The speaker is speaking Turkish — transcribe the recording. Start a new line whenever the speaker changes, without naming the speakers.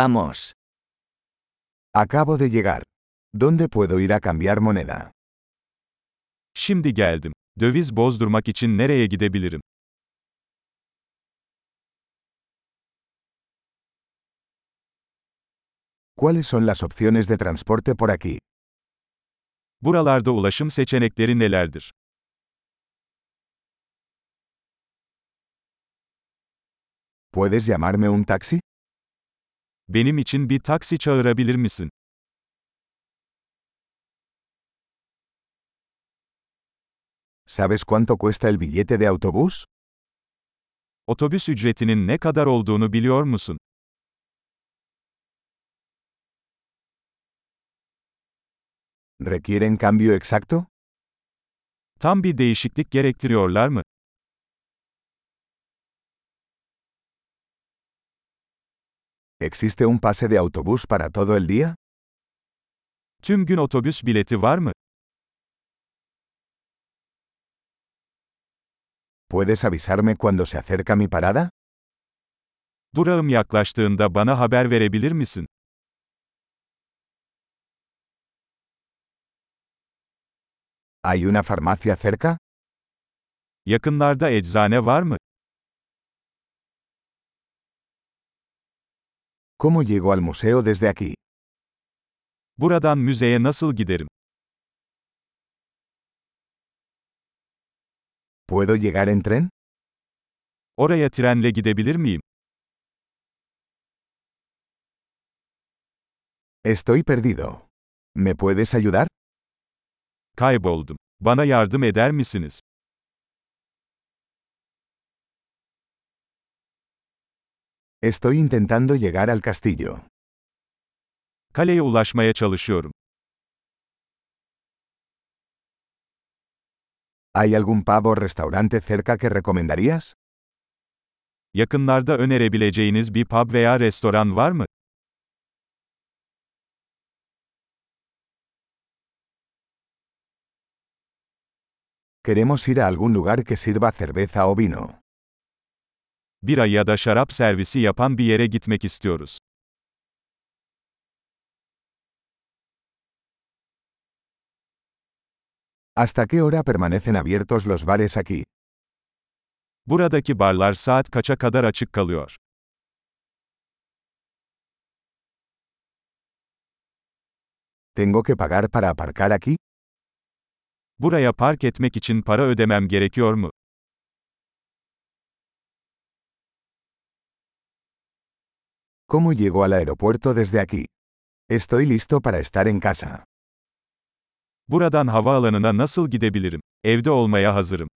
Vamos.
Acabo de llegar. ¿Dónde puedo ir a cambiar moneda?
Şimdi geldim. Döviz bozdurmak için nereye gidebilirim?
¿Cuáles son las opciones de transporte por aquí?
Buralarda ulaşım seçenekleri nelerdir?
¿Puedes llamarme un taxi?
Benim için bir taksi çağırabilir misin?
¿Sabes cuánto cuesta el billete de autobús?
Otobüs ücretinin ne kadar olduğunu biliyor musun?
¿Requieren cambio exacto?
Tam bir değişiklik gerektiriyorlar mı?
¿Existe un pase de autobús para todo el día?
Tüm gün otobüs bileti var mı?
¿Puedes avisarme cuando se acerca mi parada?
Durağım yaklaştığında bana haber verebilir misin?
¿Hay una farmacia cerca?
Yakınlarda eczane var mı?
¿Cómo llego al museo desde aquí?
Buradan müzeye nasıl giderim?
¿Puedo llegar en tren?
Oraya trenle gidebilir miyim?
Estoy perdido. ¿Me puedes ayudar?
Kayboldum. Bana yardım eder misiniz?
Estoy intentando llegar al castillo.
Kaleye ulaşmaya çalışıyorum.
¿Hay algún pavo restaurante cerca que recomendarías?
Yakınlarda önerebileceğiniz bir pub veya restoran var mı?
Queremos ir a algún lugar que sirva cerveza o vino.
Bira ya da şarap servisi yapan bir yere gitmek istiyoruz.
¿Hasta qué hora permanecen abiertos los bares aquí?
Buradaki barlar saat kaça kadar açık kalıyor?
¿Tengo que pagar para aparcar aquí?
Buraya park etmek için para ödemem gerekiyor mu?
¿Cómo llego al aeropuerto desde aquí? Estoy listo para estar en casa.
Buradan havaalanına nasıl gidebilirim? Evde olmaya hazırım.